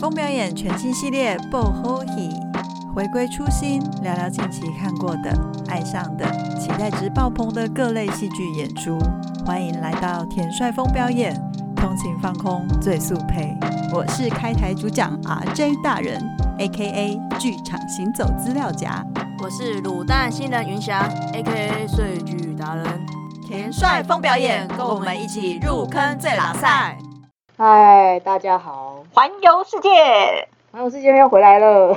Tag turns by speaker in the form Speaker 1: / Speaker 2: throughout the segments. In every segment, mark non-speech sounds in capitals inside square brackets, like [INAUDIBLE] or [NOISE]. Speaker 1: 风表演全新系列《爆吼戏》，回归初心，聊聊近期看过的、爱上的、期待值爆棚的各类戏剧演出。欢迎来到田帅风表演，通勤放空最速配。我是开台主讲 RJ 大人，A.K.A 剧场行走资料夹。
Speaker 2: 我是卤蛋新人云霞，A.K.A 睡剧达人。
Speaker 1: 田帅风表演，跟我们一起入坑最拉赛。
Speaker 3: 嗨，大家好，啊
Speaker 4: 环游世界，
Speaker 3: 还有世界又回来 [LAUGHS] 了。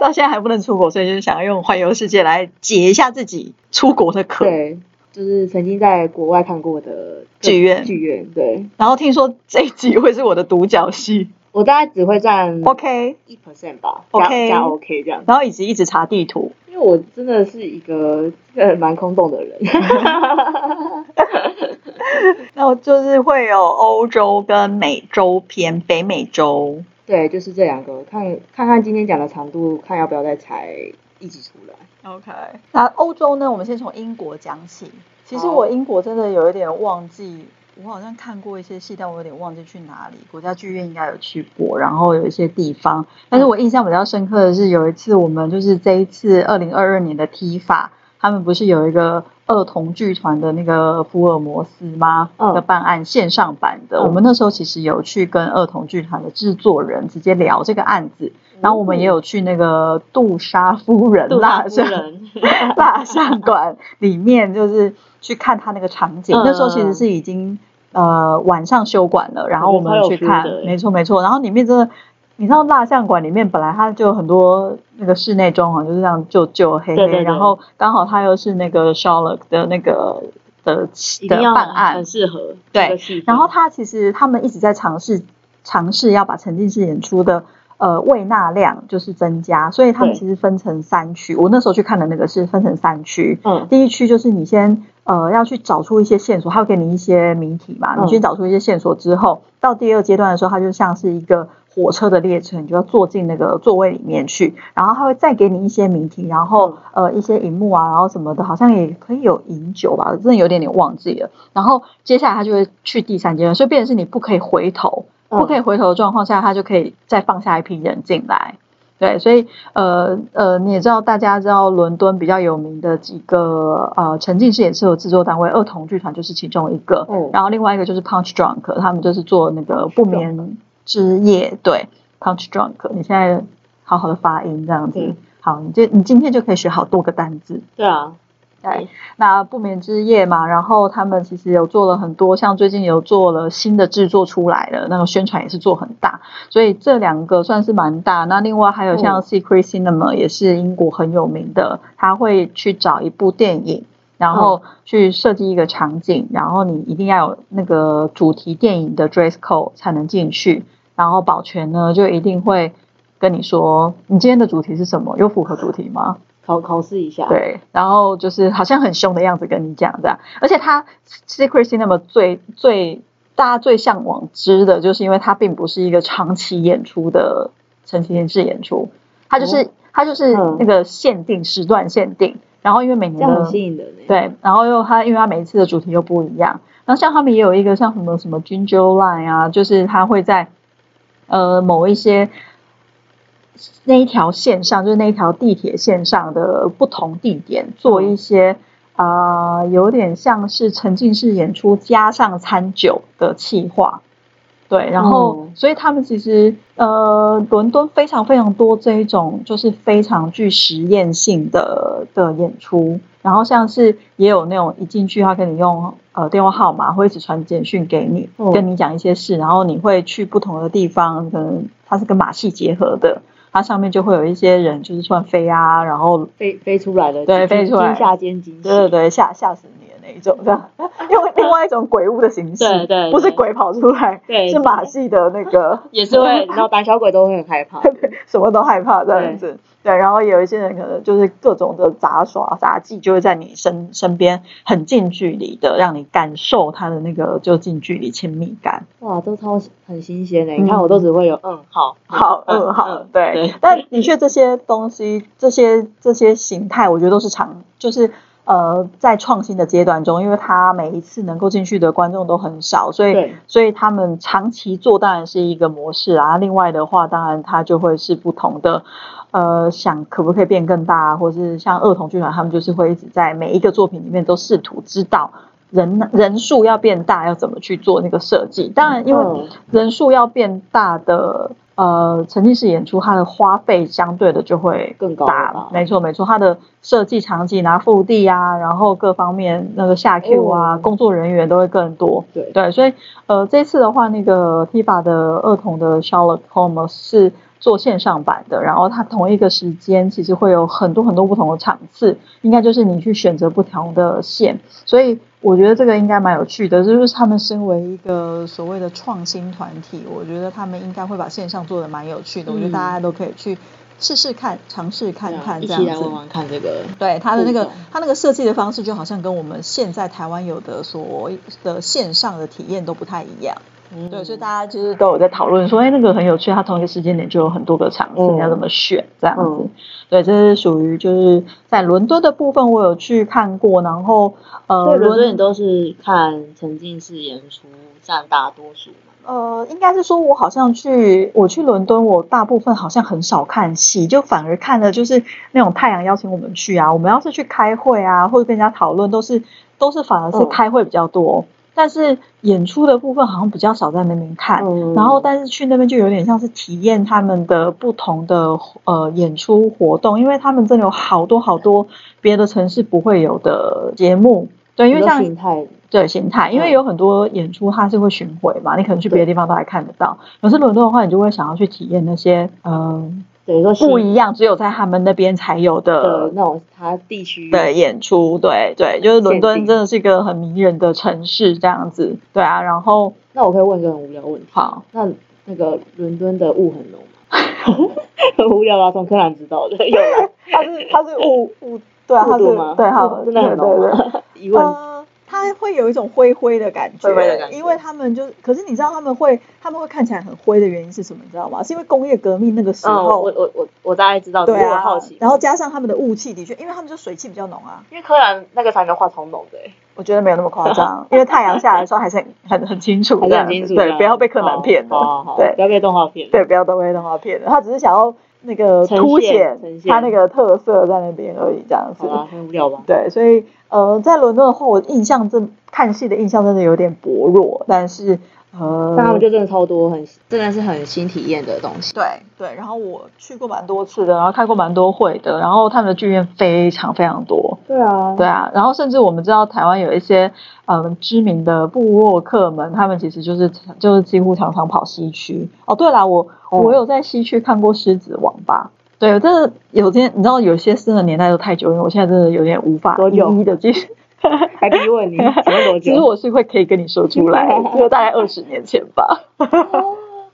Speaker 4: 到现在还不能出国，所以就是想要用环游世界来解一下自己出国的渴。
Speaker 3: 对，就是曾经在国外看过的
Speaker 4: 剧院
Speaker 3: 剧院，对
Speaker 4: 然后听说这一集会是我的独角戏
Speaker 3: 我大概只会占
Speaker 4: ，OK。
Speaker 3: 一 percent 吧
Speaker 4: OK
Speaker 3: 加加 OK 这样。
Speaker 4: 然后以及一直查地图，
Speaker 3: 因为我真的是一个呃蛮空洞的 [LAUGHS] 人，
Speaker 4: 那我就是会有欧洲跟美洲篇、北美洲。
Speaker 3: 对，就是这两个，看看看今天讲的长度，看要不要再裁一起出来。
Speaker 4: OK，那欧洲呢？我们先从英国讲起。其实
Speaker 3: 好
Speaker 4: 我英国真的有一点忘记，我好像看过一些戏，但我有点忘记去哪里。国家剧院应该有去过，然后有一些地方，但是我印象比较深刻的是有一次我们就是这一次二零二二年的 T 法，他们不是有一个儿童剧团的那个福尔摩斯吗？
Speaker 3: 嗯
Speaker 4: 的办案线上版的，
Speaker 3: 嗯
Speaker 4: 我们那时候其实有去跟儿童剧团的制作人直接聊这个案子，
Speaker 3: 嗯
Speaker 4: 然后我们也有去那个杜莎夫人
Speaker 3: 杜
Speaker 4: 蜡
Speaker 3: 大
Speaker 4: 像。 [LAUGHS]
Speaker 3: 人，嗯
Speaker 4: 蜡像馆里面，就是去看他那个场景。
Speaker 3: 嗯
Speaker 4: 那时候其实是已经呃晚上休馆了，然后我们去看
Speaker 3: 嗯超有 feel 的，
Speaker 4: 没错没错。然后里面真的，你知道蜡像馆里面本来它就有很多那个室内装潢就是这样旧旧黑黑，
Speaker 3: 对对对
Speaker 4: 然后刚好它又是那个 Sherlock 的那个的
Speaker 3: 一
Speaker 4: 的
Speaker 3: 定要
Speaker 4: 办案
Speaker 3: 很，适合
Speaker 4: 对
Speaker 3: 这个戏
Speaker 4: 然后他其实他们一直在尝试尝试要把沉浸式演出的呃喂纳量就是增加，所以他们
Speaker 3: 对
Speaker 4: 其实分成三区。我那时候去看的那个是分成三区，
Speaker 3: 嗯
Speaker 4: 第一区就是你先呃要去找出一些线索，他会给你一些谜题嘛，
Speaker 3: 嗯
Speaker 4: 你去找出一些线索之后，到第二阶段的时候，它就像是一个火车的列车，你就要坐进那个座位里面去，然后他会再给你一些谜题，然后
Speaker 3: 嗯
Speaker 4: 呃一些荧幕啊，然后什么的，好像也可以有饮酒吧，我真的有点点忘记了。然后接下来他就会去第三阶段，所以变成是你不可以回头，嗯
Speaker 3: 嗯
Speaker 4: 不可以回头的状况下，他就可以再放下一批人进来。对，所以呃呃，你也知道，大家知道伦敦比较有名的几个呃沉浸式演出的制作单位，儿童剧团就是其中一个，
Speaker 3: 嗯
Speaker 4: 然后另外一个就是 Punch Drunk，他们就是做那个不眠之夜，对，Punch Drunk，你现在好好的发音这样子
Speaker 3: 对，
Speaker 4: 好，你这你今天就可以学好多个单字。
Speaker 3: 对啊，
Speaker 4: 对，那不眠之夜嘛，然后他们其实有做了很多，像最近有做了新的制作出来了，那个宣传也是做很大，所以这两个算是蛮大。那另外还有像
Speaker 3: 嗯
Speaker 4: Secret Cinema 也是英国很有名的，他会去找一部电影。然后去设计一个场景，然后你一定要有那个主题电影的 dress code 才能进去。然后保全呢，就一定会跟你说，你今天的主题是什么？有符合主题吗？
Speaker 3: 考考试一下，，
Speaker 4: 对，然后就是好像很凶的样子跟你讲这样，而且他 Secret Cinema 最最大家最向往之的，就是因为它并不是一个长期演出的长期电视演出，它就是、
Speaker 3: 哦
Speaker 4: 它就是
Speaker 3: 嗯
Speaker 4: 那个限定、时段限定，然后因为每
Speaker 3: 这
Speaker 4: 年
Speaker 3: 样很
Speaker 4: 的
Speaker 3: 吸引人欸。
Speaker 4: 对，然后又它因为它每一次的主题又不一样，然后像他们也有一个像什么什么 Ginger Line 啊，就是它会在呃某一些那一条线上，就是那一条地铁线上的不同地点做一些。啊、有点像是沉浸式演出加上餐酒的企划，对，然后、
Speaker 3: 嗯
Speaker 4: 所以他们其实呃，伦敦非常非常多这一种就是非常具实验性的的演出，然后像是也有那种一进去他跟你用呃电话号码，会一直传简讯给你，
Speaker 3: 嗯
Speaker 4: 跟你讲一些事，然后你会去不同的地方，可能它是跟马戏结合的。它上面就会有一些人就是突然飞啊，然后
Speaker 3: 飞飞出来的，
Speaker 4: 对
Speaker 3: 惊
Speaker 4: 飞出来
Speaker 3: 惊吓兼惊喜，
Speaker 4: 对对对，吓吓死你的那一种，这样 [LAUGHS] 用另外一种鬼屋的形式，
Speaker 3: 对对对
Speaker 4: 不是鬼跑出来，
Speaker 3: 对
Speaker 4: 是马戏的那个
Speaker 3: 也是会，你知道胆小鬼都会很
Speaker 4: [LAUGHS]
Speaker 3: 害怕，
Speaker 4: 什么都害怕这样子。对，然后有一些人可能就是各种的杂耍杂技，就会在你身身边很近距离的让你感受他的那个就近距离亲密感。
Speaker 3: 哇，都超很新鲜的。
Speaker 4: 嗯
Speaker 3: 你看我都只会有嗯好，
Speaker 4: 好，嗯，好，对
Speaker 3: 对。
Speaker 4: 但的确这些东西，这些这些形态，我觉得都是常，就是呃在创新的阶段中，因为他每一次能够进去的观众都很少，所以
Speaker 3: 对
Speaker 4: 所以他们长期做当然是一个模式啊。另外的话，当然它就会是不同的，呃，想可不可以变更大，或是像儿童剧团，他们就是会一直在每一个作品里面都试图知道人人数要变大要怎么去做那个设计。当然，因为
Speaker 3: 嗯
Speaker 4: 人数要变大的，呃，沉浸式演出它的花费相对的就会
Speaker 3: 更高了
Speaker 4: 大，
Speaker 3: 吧
Speaker 4: 没错没错，它的设计场景啊、腹地啊，然后各方面那个下 Q 啊、
Speaker 3: 哦
Speaker 4: 工作人员都会更多。
Speaker 3: 对
Speaker 4: 对，所以呃，这次的话，那个 Tifa 的儿童的 Sherlock Holmes 是做线上版的，然后它同一个时间其实会有很多很多不同的场次，应该就是你去选择不同的线，所以我觉得这个应该蛮有趣的，就是他们身为一个所谓的创新团体，我觉得他们应该会把线上做的蛮有趣的，我觉得大家都可以去试试看、尝试看看
Speaker 3: 嗯啊一
Speaker 4: 这
Speaker 3: 起
Speaker 4: 样
Speaker 3: 来
Speaker 4: 子。
Speaker 3: 玩玩看这个。
Speaker 4: 对它的那个
Speaker 3: 互动
Speaker 4: 它那个设计的方式，就好像跟我们现在台湾有的所的线上的体验都不太一样。
Speaker 3: 嗯
Speaker 4: 对，所以大家就是都有在讨论说，哎，那个很有趣，它同一个时间点就有很多个场次，
Speaker 3: 嗯
Speaker 4: 你要怎么选这样子？
Speaker 3: 嗯
Speaker 4: 对，这是属于就是在伦敦的部分，我有去看过，然后呃，
Speaker 3: 对，伦敦你都是看沉浸式演出占大多数嘛？
Speaker 4: 呃，应该是说，我好像去我去伦敦，我大部分好像很少看戏，就反而看的就是那种太阳邀请我们去啊，我们要是去开会啊，或者跟人家讨论，都是都是反而是
Speaker 3: 嗯
Speaker 4: 开会比较多，但是演出的部分好像比较少在那边看。
Speaker 3: 嗯
Speaker 4: 然后，但是去那边就有点像是体验他们的不同的呃演出活动，因为他们真的有好多好多别的城市不会有的节目。对，因为
Speaker 3: 你说
Speaker 4: 像
Speaker 3: 形态
Speaker 4: 对形态，因为
Speaker 3: 嗯
Speaker 4: 有很多演出它是会巡回嘛，你可能去别的地
Speaker 3: 对
Speaker 4: 方都还看得到。可是伦敦的话，你就会想要去体验那些呃
Speaker 3: 等于说
Speaker 4: 不
Speaker 3: 新
Speaker 4: 一样，只有在他们那边才有
Speaker 3: 的
Speaker 4: 的
Speaker 3: 那种，它地区
Speaker 4: 的演出。对对，就是伦
Speaker 3: 限
Speaker 4: 敦
Speaker 3: 定
Speaker 4: 真的是一个很迷人的城市，这样子。对啊，然后
Speaker 3: 那我可以问一个很无聊的问题，
Speaker 4: 好，
Speaker 3: 那那个伦敦的雾很浓
Speaker 4: [LAUGHS]
Speaker 3: 吗？很无聊啦，啊从柯南知道的，有啦
Speaker 4: 它是它是雾雾，对啊，它
Speaker 3: 雾
Speaker 4: 是
Speaker 3: 度吗？
Speaker 4: 对，好，
Speaker 3: 真的很浓
Speaker 4: 对对对
Speaker 3: 吗？ [LAUGHS] 疑问
Speaker 4: 呃，它会有一种灰灰的感觉，
Speaker 3: 灰灰的感觉
Speaker 4: 因为他们就，可是你知道他们会，他们会看起来很灰的原因是什么？你知道吗？是因为工业革命那个时
Speaker 3: 嗯，我
Speaker 4: 候，
Speaker 3: 我我我大概知道，只
Speaker 4: 对
Speaker 3: 是我
Speaker 4: 啊，
Speaker 3: 好奇。
Speaker 4: 然后加上他们的雾气，的确，因为他们就水汽比较浓啊，
Speaker 3: 因为柯南那个才能画超浓的欸，
Speaker 4: 我觉得没有那么夸
Speaker 3: [LAUGHS]
Speaker 4: 张，因为太阳下来的时候还是很很很清楚
Speaker 3: 还
Speaker 4: 这
Speaker 3: 是
Speaker 4: 样
Speaker 3: 很
Speaker 4: 子，
Speaker 3: 清楚
Speaker 4: 对，
Speaker 3: 的啊哦
Speaker 4: 不要被柯南骗
Speaker 3: 好好
Speaker 4: 了
Speaker 3: 好，
Speaker 4: 对
Speaker 3: 不要被动画骗。，
Speaker 4: 对，不要都被动画骗了，他只是想要那个
Speaker 3: 呈
Speaker 4: 凸
Speaker 3: 现
Speaker 4: 显
Speaker 3: 呈现
Speaker 4: 他那个特色在那边而已，这样子
Speaker 3: 好。啦，很无聊吧？
Speaker 4: 对，所以呃，在伦敦的话，我印象真看戏的印象真的有点薄弱，但是呃，
Speaker 3: 但他们就真的超多，很真的是很新体验的东西。
Speaker 4: 对对，然后我去过蛮多次的，然后开过蛮多会的，然后他们的剧院非常非常多，
Speaker 3: 对啊，
Speaker 4: 对啊，然后甚至我们知道台湾有一些嗯、呃知名的部落客们，他们其实就是就是几乎常常跑西区。哦，对啦，我、
Speaker 3: 哦
Speaker 4: 我有在西区看过狮子王吧。对，真的有些你知道，有些私人年代都太久远，我现在真的有点无法
Speaker 3: 多久
Speaker 4: 一一的记。
Speaker 3: 还逼问你， [LAUGHS] 请问
Speaker 4: [LAUGHS]
Speaker 3: 多
Speaker 4: 其
Speaker 3: 久？
Speaker 4: 实我是会可以跟你说出来，
Speaker 3: [LAUGHS]
Speaker 4: 就大概二十年前吧。 [LAUGHS]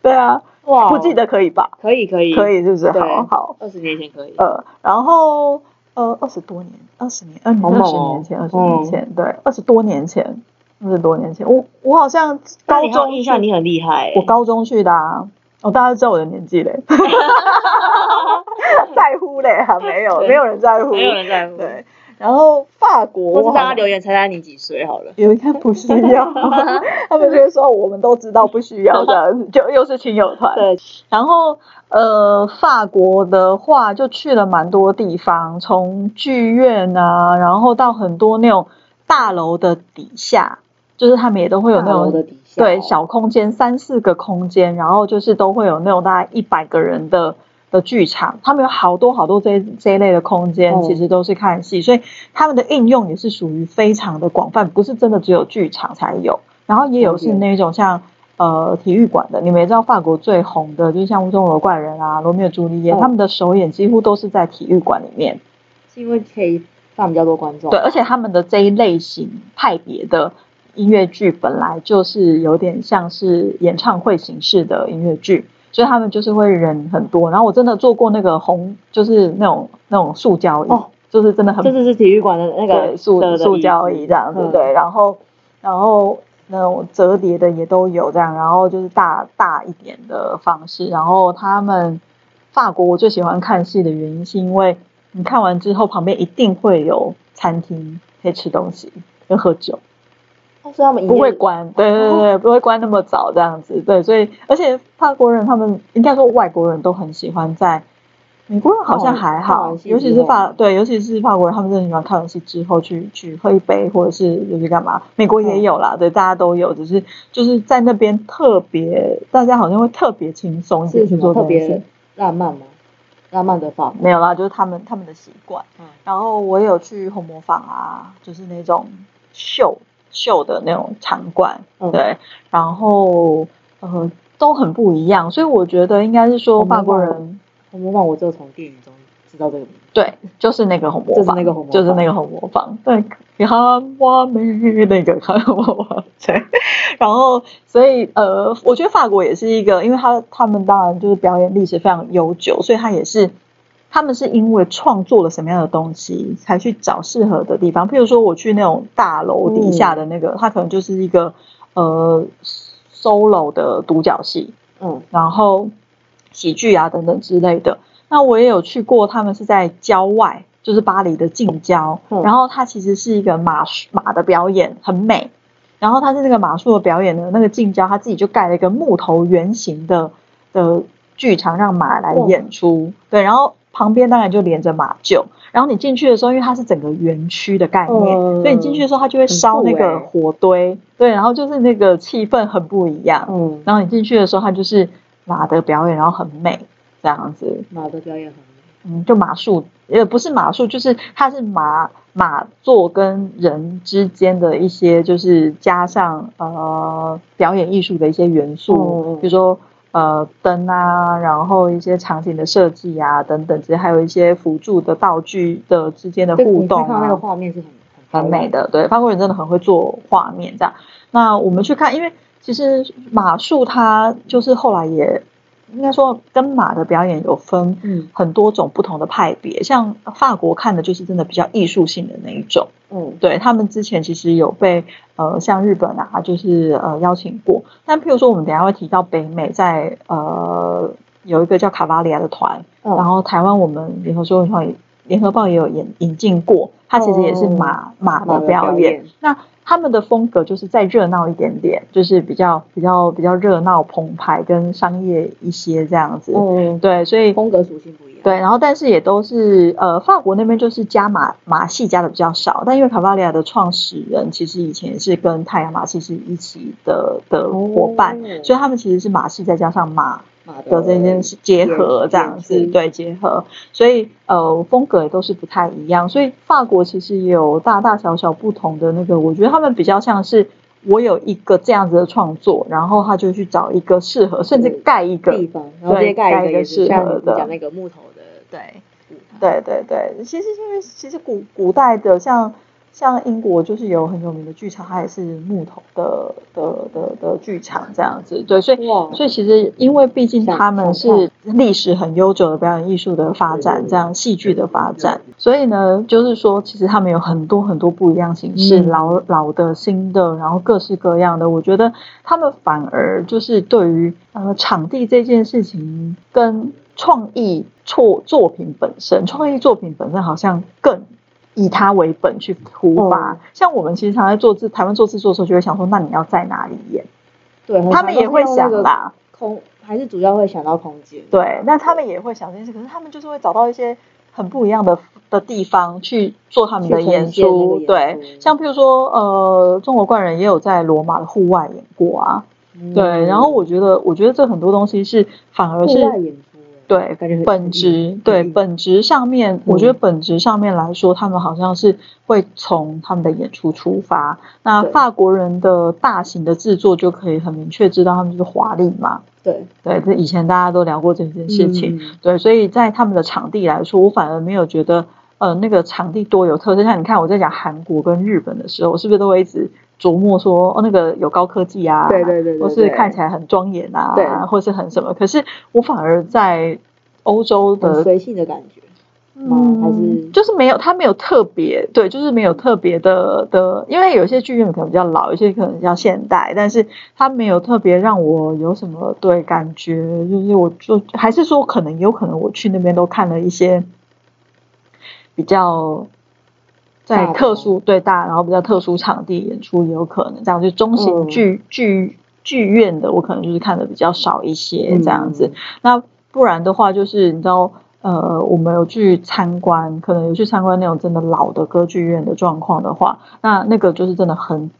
Speaker 4: 对啊，
Speaker 3: 哇
Speaker 4: 不记，得可以吧？
Speaker 3: 可哦以可以
Speaker 4: 可，以是不是？
Speaker 3: 对
Speaker 4: 好好，
Speaker 3: 二十年前可以。
Speaker 4: 呃，然后呃，二十多年，二十年，二十
Speaker 3: 好猛哦
Speaker 4: 年前，二十年前，对，二十多年前，二十多年前，我我好像
Speaker 3: 那
Speaker 4: 高
Speaker 3: 你好
Speaker 4: 中
Speaker 3: 印象
Speaker 4: 去
Speaker 3: 你很厉害欸，
Speaker 4: 我高中去的啊，哦，大家都知道我的年纪
Speaker 3: [LAUGHS]
Speaker 4: 嘞，在乎嘞，还没有，
Speaker 3: 对
Speaker 4: 没有人在乎，
Speaker 3: 没有人在乎。
Speaker 4: 对，然后法国，
Speaker 3: 或
Speaker 4: 我
Speaker 3: 是
Speaker 4: 好
Speaker 3: 大家
Speaker 4: 像
Speaker 3: 留言猜猜你几岁好了。
Speaker 4: 有应该不需
Speaker 3: [LAUGHS]
Speaker 4: 要，他们就会说哦我们都知道不需要这样子，就又是亲友团。
Speaker 3: 对，
Speaker 4: 然后呃，法国的话就去了蛮多地方，从剧院啊，然后到很多那种大楼的底下，就是他们也都会有那
Speaker 3: 大楼
Speaker 4: 种
Speaker 3: 的底下哦
Speaker 4: 对小空间，三四个空间，然后就是都会有那种大概一百个人的。的剧场，他们有好多好多这这一类的空间，
Speaker 3: 哦
Speaker 4: 其实都是看戏，所以他们的应用也是属于非常的广泛，不是真的只有剧场才有。然后也有是
Speaker 3: 了解
Speaker 4: 那种像呃体育馆的，你们也知道法国最红的就是像《乌中楼怪人》啊，《罗密欧朱丽叶》，
Speaker 3: 嗯
Speaker 4: 他们的首演几乎都是在体育馆里面。
Speaker 3: 是因为可以放比较多观众。
Speaker 4: 对，而且他们的这一类型派别的音乐剧本来就是有点像是演唱会形式的音乐剧，所以他们就是会人很多。然后我真的做过那个红，就是那种那种塑胶椅，
Speaker 3: 哦
Speaker 4: 就是真的很
Speaker 3: 这次是体育馆的那
Speaker 4: 对
Speaker 3: 个
Speaker 4: 塑
Speaker 3: 的
Speaker 4: 塑胶椅
Speaker 3: 椅
Speaker 4: 这样子，
Speaker 3: 嗯
Speaker 4: 对，然后然后那种折叠的也都有这样，然后就是大大一点的方式，然后他们法国我最喜欢看戏的原因是因为你看完之后，旁边一定会有餐厅可以吃东西跟喝酒，
Speaker 3: 但是他们营业
Speaker 4: 不会关，对对对对，不会关那么早这样子，对，所以而且法国人他们应该说外国人都很喜欢在，美国人好像还
Speaker 3: 看
Speaker 4: 好，
Speaker 3: 哦完戏
Speaker 4: 尤其
Speaker 3: 之
Speaker 4: 是
Speaker 3: 后
Speaker 4: 法对，尤其是法国人他们真的喜欢看完戏之后去去喝一杯或者是就是干嘛，美国也
Speaker 3: 嗯
Speaker 4: 有啦，对，大家都有，只是就是在那边特别，大家好像会特别轻松一点
Speaker 3: 是
Speaker 4: 去
Speaker 3: 什
Speaker 4: 做
Speaker 3: 么
Speaker 4: 这
Speaker 3: 特
Speaker 4: 件事
Speaker 3: 别浪漫吗？浪漫的法国
Speaker 4: 没有啦，就是他们他们的习惯。
Speaker 3: 嗯
Speaker 4: 然后我也有去红磨坊啊，就是那种秀秀的那种场馆，
Speaker 3: 嗯
Speaker 4: 对，然后呃都很不一样，所以我觉得应该是说
Speaker 3: 红磨
Speaker 4: 法国
Speaker 3: 坊
Speaker 4: 人
Speaker 3: 我们让我只有从电影中知道这个名字。
Speaker 4: 对，就是那个红磨坊，
Speaker 3: 就是那个红磨坊
Speaker 4: 就是那个红磨坊，对，你喊我名那个喊我名对， [LAUGHS] 然后所以呃，我觉得法国也是一个，因为他他们当然就是表演历史非常悠久，所以他也是他们是因为创作了什么样的东西，才去找适合的地方，譬如说我去那种大楼底下的那个，它可能就是一个呃 solo 的独角戏，
Speaker 3: 嗯，
Speaker 4: 然后喜剧啊等等之类的。那我也有去过，他们是在郊外，就是巴黎的近郊，
Speaker 3: 嗯
Speaker 4: 然后它其实是一个马术马的表演，很美。然后它是那个马术的表演呢，那个近郊他自己就盖了一个木头圆形的的剧场，让马来
Speaker 3: 哇
Speaker 4: 演出。对，然后旁边当然就连着马厩。然后你进去的时候，因为它是整个园区的概念，
Speaker 3: 嗯
Speaker 4: 所以你进去的时候，它就会
Speaker 3: 很
Speaker 4: 烧那
Speaker 3: 酷
Speaker 4: 个
Speaker 3: 欸
Speaker 4: 火堆，对，然后就是那个气氛很不一样。
Speaker 3: 嗯，
Speaker 4: 然后你进去的时候，它就是马的表演，然后很美这样子，
Speaker 3: 马的表演很美。
Speaker 4: 嗯，就马术，也不是马术，就是它是马马座跟人之间的一些，就是加上呃表演艺术的一些元素，
Speaker 3: 嗯嗯
Speaker 4: 比如说呃灯啊，然后一些场景的设计啊等等，之还有一些辅助的道具的之间的
Speaker 3: 就
Speaker 4: 互
Speaker 3: 你
Speaker 4: 动
Speaker 3: 看到那个
Speaker 4: 啊，
Speaker 3: 画面是很
Speaker 4: 很美。的。对，法国人真的很会做画面这样。那我们去看，因为其实马术它就是后来也应该说跟马的表演有分
Speaker 3: 嗯
Speaker 4: 很多种不同的派别，像法国看的就是真的比较艺术性的那一种。
Speaker 3: 嗯
Speaker 4: 对他们之前其实有被呃像日本啊，就是呃邀请过。但譬如说我们等一下会提到北美在呃有一个叫卡巴利亚的团，
Speaker 3: 嗯，
Speaker 4: 然后台湾我们联合说文创也联合报也有引引进过，它其实也是马、哦马的
Speaker 3: 马的
Speaker 4: 表
Speaker 3: 表
Speaker 4: 演
Speaker 3: 演。
Speaker 4: 那他们的风格就是再热闹一点点，就是比较比较比较热闹澎湃跟商业一些这样子。
Speaker 3: 嗯，
Speaker 4: 对，所以
Speaker 3: 风格属性不一样。
Speaker 4: 对，然后但是也都是呃，法国那边就是加马马戏加的比较少，但因为卡巴利亚的创始人其实以前是跟太阳马戏是一起的的伙伴，
Speaker 3: 哦
Speaker 4: 所以他们其实是马戏再加上马
Speaker 3: 马
Speaker 4: 的
Speaker 3: 的
Speaker 4: 这件事结合
Speaker 3: 演
Speaker 4: 这样子，
Speaker 3: 演出
Speaker 4: 对结合，所以呃风格也都是不太一样，所以法国其实也有大大小小不同的那个，我觉得他们比较像是我有一个这样子的创作，然后他就去找一个适合，甚至盖一个
Speaker 3: 地方，然后
Speaker 4: 对
Speaker 3: 直接盖
Speaker 4: 盖
Speaker 3: 一
Speaker 4: 一
Speaker 3: 个
Speaker 4: 个
Speaker 3: 也
Speaker 4: 适
Speaker 3: 是像
Speaker 4: 合
Speaker 3: 你
Speaker 4: 的
Speaker 3: 讲那个木头的
Speaker 4: 对。
Speaker 3: 舞台。
Speaker 4: 对对对，其实因为其实古古代的像像英国就是有很有名的剧场，它也是木头的的的的剧场这样子，对，所以
Speaker 3: 哇
Speaker 4: 所以其实因为毕竟
Speaker 3: 想
Speaker 4: 他们
Speaker 3: 想
Speaker 4: 是历史很悠久的表演艺术的发展，这样戏剧的发展，所以呢，就是说其实他们有很多很多不一样形式，
Speaker 3: 嗯
Speaker 4: 老老的、新的，然后各式各样的，我觉得他们反而就是对于呃场地这件事情跟创意作作品本身，创意作品本身好像更以它为本去出发。
Speaker 3: 嗯
Speaker 4: 像我们其实常在做制台湾做制作的时候，就会想说，那你要在哪里演？
Speaker 3: 对，很
Speaker 4: 他
Speaker 3: 常
Speaker 4: 们
Speaker 3: 都
Speaker 4: 也会
Speaker 3: 用
Speaker 4: 想
Speaker 3: 那个
Speaker 4: 啦，
Speaker 3: 空，还是主要会想到空间。
Speaker 4: 对，那他们也会想这件事，可是他们就是会找到一些很不一样的的地方去做他们的
Speaker 3: 去呈
Speaker 4: 演
Speaker 3: 现那个
Speaker 4: 出。
Speaker 3: 演
Speaker 4: 对，
Speaker 3: 出
Speaker 4: 像譬如说，呃，中国怪人也有在罗马的户外演过啊。
Speaker 3: 嗯
Speaker 4: 对，然后我觉得，我觉得这很多东西是反而
Speaker 3: 户外
Speaker 4: 是
Speaker 3: 演出，欸
Speaker 4: 对
Speaker 3: 感觉很
Speaker 4: 本质
Speaker 3: 很，
Speaker 4: 对
Speaker 3: 硬
Speaker 4: 本质上面，我
Speaker 3: 嗯
Speaker 4: 觉得本质上面来说，他们好像是会从他们的演出出发。那
Speaker 3: 对
Speaker 4: 法国人的大型的制作就可以很明确知道他们就是华丽嘛。
Speaker 3: 对
Speaker 4: 对，这以前大家都聊过这件事情。
Speaker 3: 嗯
Speaker 4: 对，所以在他们的场地来说，我反而没有觉得呃那个场地多有特色。像你看我在讲韩国跟日本的时候，我是不是都会一直琢磨说哦那个有高科技啊，
Speaker 3: 对对对对
Speaker 4: 或是
Speaker 3: 对
Speaker 4: 看起来很庄严啊，
Speaker 3: 对
Speaker 4: 或是很什么？可是我反而在欧洲
Speaker 3: 很
Speaker 4: 的
Speaker 3: 随性的感觉。吗哦还是
Speaker 4: 嗯就是没有，它没有特别，对，就是没有特别的的，因为有些剧院可能比较老，有些可能比较现代，但是它没有特别让我有什么对感觉，就是我就还是说可能有可能我去那边都看了一些比较在
Speaker 3: 大
Speaker 4: 特
Speaker 3: 的
Speaker 4: 殊对大，然后比较特殊场地演出也有可能这样，就中型
Speaker 3: 嗯
Speaker 4: 剧、剧剧院的，我可能就是看的比较少一些这样
Speaker 3: 嗯
Speaker 4: 子。那不然的话，就是你知道，呃，我们有去参观，可能有去参观那种真的老的歌剧院的状况的话，那那个就是真的很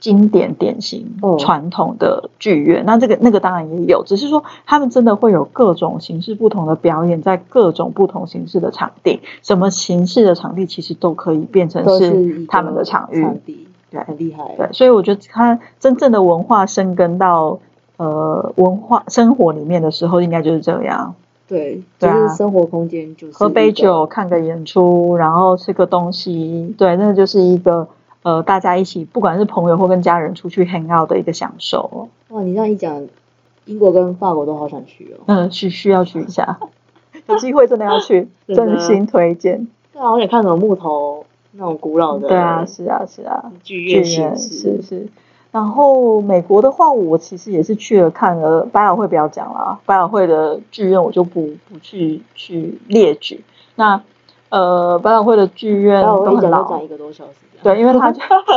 Speaker 4: 经典、典型、
Speaker 3: 嗯
Speaker 4: 传统的剧院。那这个那个当然也有，只是说他们真的会有各种形式不同的表演，在各种不同形式的场地，什么形式的场地其实都可以变成
Speaker 3: 嗯都
Speaker 4: 是
Speaker 3: 是
Speaker 4: 他们的场域。
Speaker 3: 场地
Speaker 4: 对
Speaker 3: 很厉害。
Speaker 4: 对，所以我觉得它真正的文化生根到呃文化生活里面的时候，应该就是这样：
Speaker 3: 对，
Speaker 4: 对啊
Speaker 3: 就是生活空间就是
Speaker 4: 喝杯
Speaker 3: 一个
Speaker 4: 酒、看个演出，然后吃个东西，对，那就是一个呃大家一起，不管是朋友或跟家人出去 hang out 的一个享受。
Speaker 3: 哇，你这样一讲，英国跟法国都好想去哦。
Speaker 4: 嗯，是需要去一
Speaker 3: [LAUGHS]
Speaker 4: 下，有机会真的要去，
Speaker 3: 真的
Speaker 4: 真心推荐。
Speaker 3: 对啊，我也看那种木头那种古老的
Speaker 4: 对啊，是啊，是啊。
Speaker 3: 剧
Speaker 4: 剧
Speaker 3: 院形
Speaker 4: 是
Speaker 3: 式，
Speaker 4: 是。然后美国的话，我其实也是去了看了百老汇，不要讲了，啊百老汇的剧院我就不不去去列举。那呃，百老汇的剧院
Speaker 3: 然后我
Speaker 4: 都
Speaker 3: 一
Speaker 4: 很
Speaker 3: 讲都
Speaker 4: 老
Speaker 3: 讲，一个多小时这样。
Speaker 4: 对，因为
Speaker 3: [LAUGHS]
Speaker 4: 它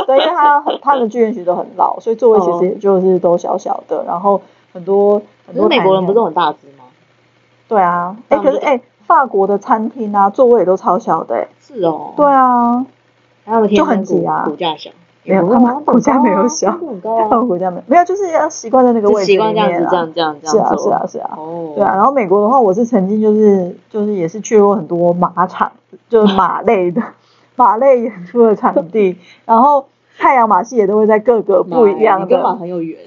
Speaker 4: 对，因为它很它的剧院其实都很老，所以座位其
Speaker 3: 哦
Speaker 4: 实也就是都小小的，然后很多很
Speaker 3: 可是
Speaker 4: 多
Speaker 3: 美
Speaker 4: 台
Speaker 3: 国人
Speaker 4: 面
Speaker 3: 不是很大只吗？
Speaker 4: 对啊，哎，
Speaker 3: 大
Speaker 4: 可是
Speaker 3: 陆的
Speaker 4: 哎，法国的餐厅啊，座位也都超小的，哎，
Speaker 3: 是哦。
Speaker 4: 对， [LAUGHS] 啊，
Speaker 3: 还有
Speaker 4: 就
Speaker 3: 天
Speaker 4: 很
Speaker 3: 生骨
Speaker 4: 挤啊
Speaker 3: 骨架小。
Speaker 4: 没有
Speaker 3: 哎
Speaker 4: 他们
Speaker 3: 我们
Speaker 4: 骨架没有小
Speaker 3: 他们很高
Speaker 4: 他
Speaker 3: 啊，
Speaker 4: 们国家没有没有，就是要习惯在那个
Speaker 3: 就
Speaker 4: 位置
Speaker 3: 习
Speaker 4: 里
Speaker 3: 惯这样
Speaker 4: 面
Speaker 3: 子，
Speaker 4: 啊
Speaker 3: 这样这样这
Speaker 4: 是
Speaker 3: 样
Speaker 4: 啊，
Speaker 3: 做。
Speaker 4: 是啊，是啊。
Speaker 3: 哦，
Speaker 4: 对啊，，然后美国的话，我是曾经就是就是也是去过很多马场，就是
Speaker 3: [LAUGHS]
Speaker 4: 马类的马类演出的场地，然后太阳马戏也都会在各个不一样
Speaker 3: 你跟马
Speaker 4: 的，
Speaker 3: 很有缘，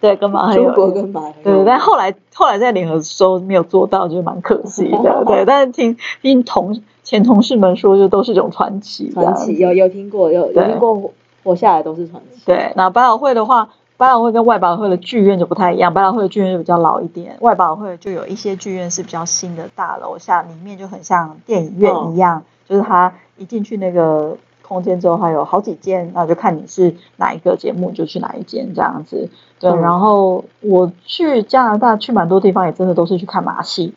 Speaker 4: 对，跟马很有
Speaker 3: 中国
Speaker 4: 缘
Speaker 3: 跟马很有
Speaker 4: 对，
Speaker 3: 缘
Speaker 4: 但后来后来在联合州没有做到，就是蛮可惜的。对，
Speaker 3: [LAUGHS]
Speaker 4: 但是听听同前同事们说，就都是一种传奇，
Speaker 3: 传奇。有有听过，有有
Speaker 4: 对
Speaker 3: 听过活下来都是传奇。
Speaker 4: 对，那百老汇的话，百老汇跟外百老汇的剧院就不太一样，百老汇的剧院就比较老一点，外百老汇就有一些剧院是比较新的大楼下，里面就很像电影
Speaker 3: 嗯
Speaker 4: 院一样，就是它一进去那个空间之后，它有好几间，那就看你是哪一个节目就去哪一间这样子。对，
Speaker 3: 嗯
Speaker 4: 然后我去加拿大去蛮多地方，也真的都是去看马戏。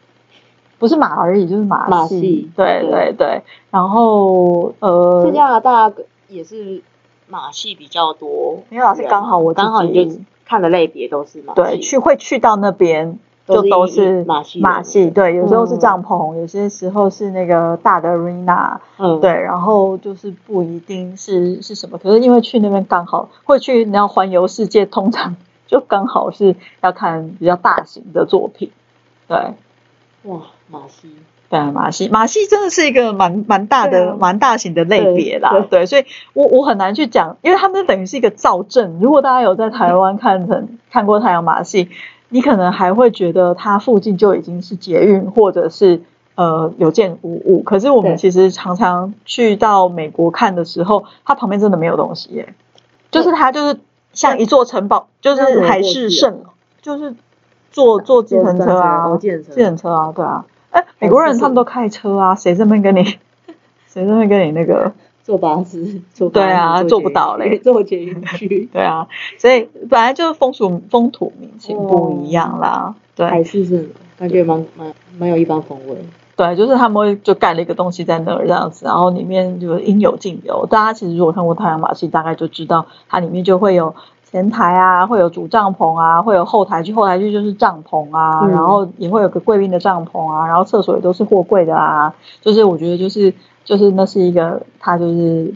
Speaker 4: 不是马而已，就是马戏。
Speaker 3: 马戏
Speaker 4: 对
Speaker 3: 对
Speaker 4: 对对，然后呃，
Speaker 3: 在加拿大也是马戏比较多，
Speaker 4: 没有啊啦，是刚好我自
Speaker 3: 刚好你
Speaker 4: 己
Speaker 3: 就看的类别都是马戏，
Speaker 4: 对，去会去到那边就
Speaker 3: 都是
Speaker 4: 都
Speaker 3: 以
Speaker 4: 是
Speaker 3: 马戏
Speaker 4: 马
Speaker 3: 为
Speaker 4: 戏，
Speaker 3: 主
Speaker 4: 对，有时候是
Speaker 3: 嗯
Speaker 4: 帐篷，有些时候是那个大的 arena，
Speaker 3: 嗯
Speaker 4: 对，然后就是不一定是是什么，可是因为去那边刚好会去，你要环游世界，通常就刚好是要看比较大型的作品，对。
Speaker 3: 哇马戏
Speaker 4: 对啊，马戏，马戏真的是一个蛮蛮大的、
Speaker 3: 对啊
Speaker 4: 蛮大型的类别啦。
Speaker 3: 对
Speaker 4: 对，所以我我很难去讲，因为他们等于是一个造证。如果大家有在台湾看成看过太阳马戏，你可能还会觉得它附近就已经是捷运或者是呃有建无物。可是我们
Speaker 3: 对
Speaker 4: 其实常常去到美国看的时候，它旁边真的没有东西耶，就是它就是像一座城堡，就
Speaker 3: 那
Speaker 4: 是
Speaker 3: 怎么
Speaker 4: 海
Speaker 3: 过
Speaker 4: 市
Speaker 3: 去啊
Speaker 4: �蜃楼，就是坐坐计程车啊，
Speaker 3: 哦计程车
Speaker 4: 自行车啊，对啊，哎，美国人
Speaker 3: 就是
Speaker 4: 他们都开车啊，谁这边跟你， [LAUGHS] 谁这边跟你那个，
Speaker 3: 坐巴士 [LAUGHS] 坐
Speaker 4: 对啊
Speaker 3: 巴士
Speaker 4: 做不到嘞
Speaker 3: 坐捷运去
Speaker 4: [LAUGHS] 对啊，所以本来就是风俗风土民情不一样
Speaker 3: 哦
Speaker 4: 啦，对
Speaker 3: 海市蜃楼，感觉蛮蛮蛮有一番风味。
Speaker 4: 对，就是他们会就盖了一个东西在那儿这样子，然后里面就应有尽有。大家其实如果看过太阳马戏，大概就知道它里面就会有。前台啊，会有主帐篷啊，会有后台区，后台区就是帐篷啊，
Speaker 3: 嗯
Speaker 4: 然后也会有个贵宾的帐篷啊，然后厕所也都是货柜的啊，就是我觉得就是就是那是一个它就是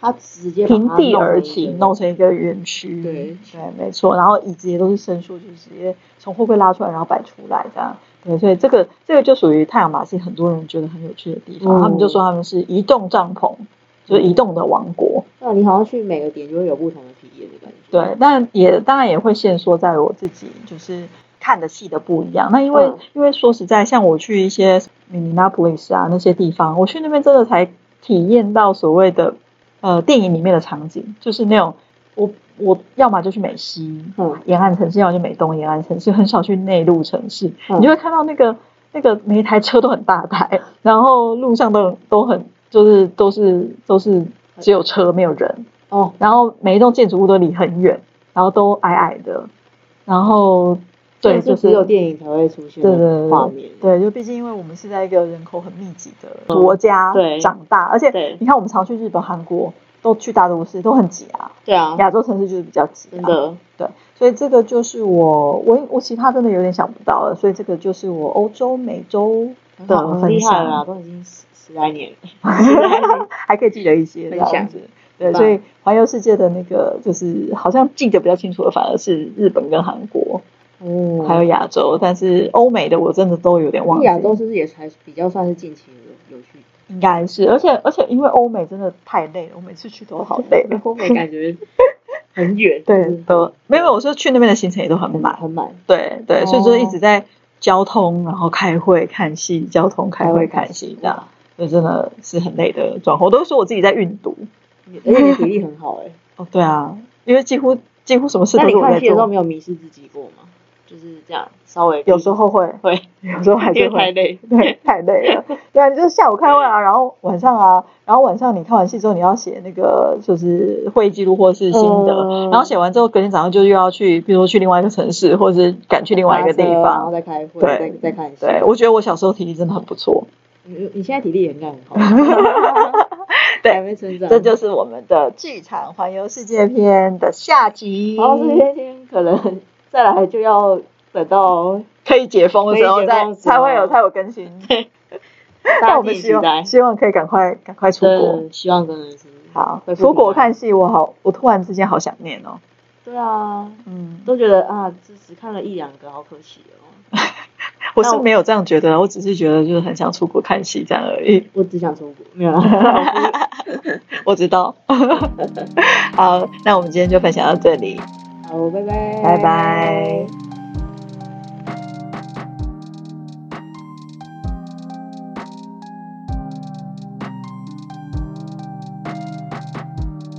Speaker 3: 它直接把
Speaker 4: 平
Speaker 3: 它
Speaker 4: 地而起，
Speaker 3: 弄
Speaker 4: 弄
Speaker 3: 成
Speaker 4: 成一个园区。
Speaker 3: 对
Speaker 4: 没错。然后椅子也都是伸缩，就是直接从货柜拉出来，然后摆出来这样。对，所以这个这个就属于太阳马戏，很多人觉得很有趣的地方。
Speaker 3: 嗯
Speaker 4: 他们就说他们是移动帐篷，就是移动的王国。
Speaker 3: 一个，那你好像去每个点就会有不同的体验的感觉。
Speaker 4: 对，但也当然也会限缩在我自己，就是。看的戏的不一样，那因为、
Speaker 3: 嗯
Speaker 4: 因为说实在，像我去一些明尼那普利斯啊那些地方，我去那边真的才体验到所谓的呃电影里面的场景，就是那种我我要么就去美西，
Speaker 3: 嗯
Speaker 4: 沿岸城市，要么就美东沿岸城市，很少去内陆城市，
Speaker 3: 嗯
Speaker 4: 你就会看到那个那个每一台车都很大台，然后路上都都很就是都是都是只有车没有人，
Speaker 3: 哦，
Speaker 4: 然后每一栋建筑物都离很远，然后都矮矮的，然后对，
Speaker 3: 但
Speaker 4: 就是
Speaker 3: 只有电影才会出现
Speaker 4: 对对
Speaker 3: 的
Speaker 4: 对
Speaker 3: 画面。
Speaker 4: 对，就毕竟因为我们是在一个人口很密集的国家
Speaker 3: 对
Speaker 4: 长大，而且
Speaker 3: 对
Speaker 4: 你看我们常去日本、韩国，都去大都市，都很挤啊。
Speaker 3: 对啊，
Speaker 4: 亚洲城市就是比较挤、啊，
Speaker 3: 真的，
Speaker 4: 对，所以这个就是我我我其他真的有点想不到了，所以这个就是我欧洲、美洲
Speaker 3: 很好
Speaker 4: 的
Speaker 3: 很
Speaker 4: 分
Speaker 3: 厉害
Speaker 4: 享，
Speaker 3: 啦，都已经十十来年了。
Speaker 4: 还可以记得一些这
Speaker 3: 分享
Speaker 4: 样子。对，
Speaker 3: 棒
Speaker 4: 所以环游世界的那个就是好像记得比较清楚的，反而是日本跟韩国，
Speaker 3: 哦
Speaker 4: 还有亚洲，但是欧美的我真的都有点忘记。
Speaker 3: 亚洲是不是也才比较算是近期有有趣的？。
Speaker 4: 应该是，而且而且因为欧美真的太累了，我每次去都好累了，
Speaker 3: 欧美感觉很远
Speaker 4: [LAUGHS] 对，都没有没有，我说去那边的行程也都很
Speaker 3: 很满
Speaker 4: 满。
Speaker 3: 很满，
Speaker 4: 对对，
Speaker 3: 嗯哦
Speaker 4: 所以就是一直在交通，然后开会看戏，交通开
Speaker 3: 哦
Speaker 4: 会看戏这样，就真的是很累的状况。我都说我自己在运毒。
Speaker 3: 你而且你体力很好哎。
Speaker 4: 哦，对啊，因为几乎几乎什么事
Speaker 3: 那
Speaker 4: 都
Speaker 3: 你
Speaker 4: [LAUGHS] 是我
Speaker 3: 看
Speaker 4: 在
Speaker 3: 戏的时候
Speaker 4: 做。
Speaker 3: 没有迷失自己过吗？就是这样，稍微
Speaker 4: 有时候会，
Speaker 3: 会，
Speaker 4: 有时候还
Speaker 3: 因
Speaker 4: 是
Speaker 3: 为太
Speaker 4: 会，
Speaker 3: 累。
Speaker 4: [LAUGHS] 对，太累了。对啊，你就是下午开会啊，然后晚上啊，然后晚上你看完戏之后，你要写那个就是会议记录或是心得，
Speaker 3: 嗯
Speaker 4: 然后写完之后，隔天早上就又要去，比如说去另外一个城市，或者是赶去另外一个地
Speaker 3: 搭车然后
Speaker 4: 方。
Speaker 3: 再开会，
Speaker 4: 对
Speaker 3: 再再看戏。
Speaker 4: 对，我觉得我小时候体力真的很不错。
Speaker 3: 你你现在体力也应该很
Speaker 4: [LAUGHS]
Speaker 3: 好，
Speaker 4: 对
Speaker 3: 还没成长。
Speaker 4: 这就是我们的剧场环游世界篇的下集。
Speaker 3: 然后这些天可能再来就要等
Speaker 4: [LAUGHS]
Speaker 3: 到
Speaker 4: 可以解封的时候
Speaker 3: 可以解
Speaker 4: 再
Speaker 3: 封的时候
Speaker 4: 才会有才有更新。但
Speaker 3: 大
Speaker 4: 我
Speaker 3: 地
Speaker 4: 们
Speaker 3: 期
Speaker 4: 希
Speaker 3: 待
Speaker 4: 望，希望可以赶快赶快出国。
Speaker 3: 对，希望真的是
Speaker 4: 好
Speaker 3: 恢，复
Speaker 4: 出国
Speaker 3: 平安
Speaker 4: 看戏，我好，我突然之间好想念哦。
Speaker 3: 对啊，
Speaker 4: 嗯，
Speaker 3: 都觉得啊，只只看了一两个，好可惜哦。
Speaker 4: 我是没有这样觉得，我只是觉得就是很想出国看戏这样而已。
Speaker 3: 我只想出国，没有啦。
Speaker 4: 我知道。 [LAUGHS] 好，那我们今天就分享到这里，
Speaker 3: 好，拜拜，
Speaker 4: 拜拜。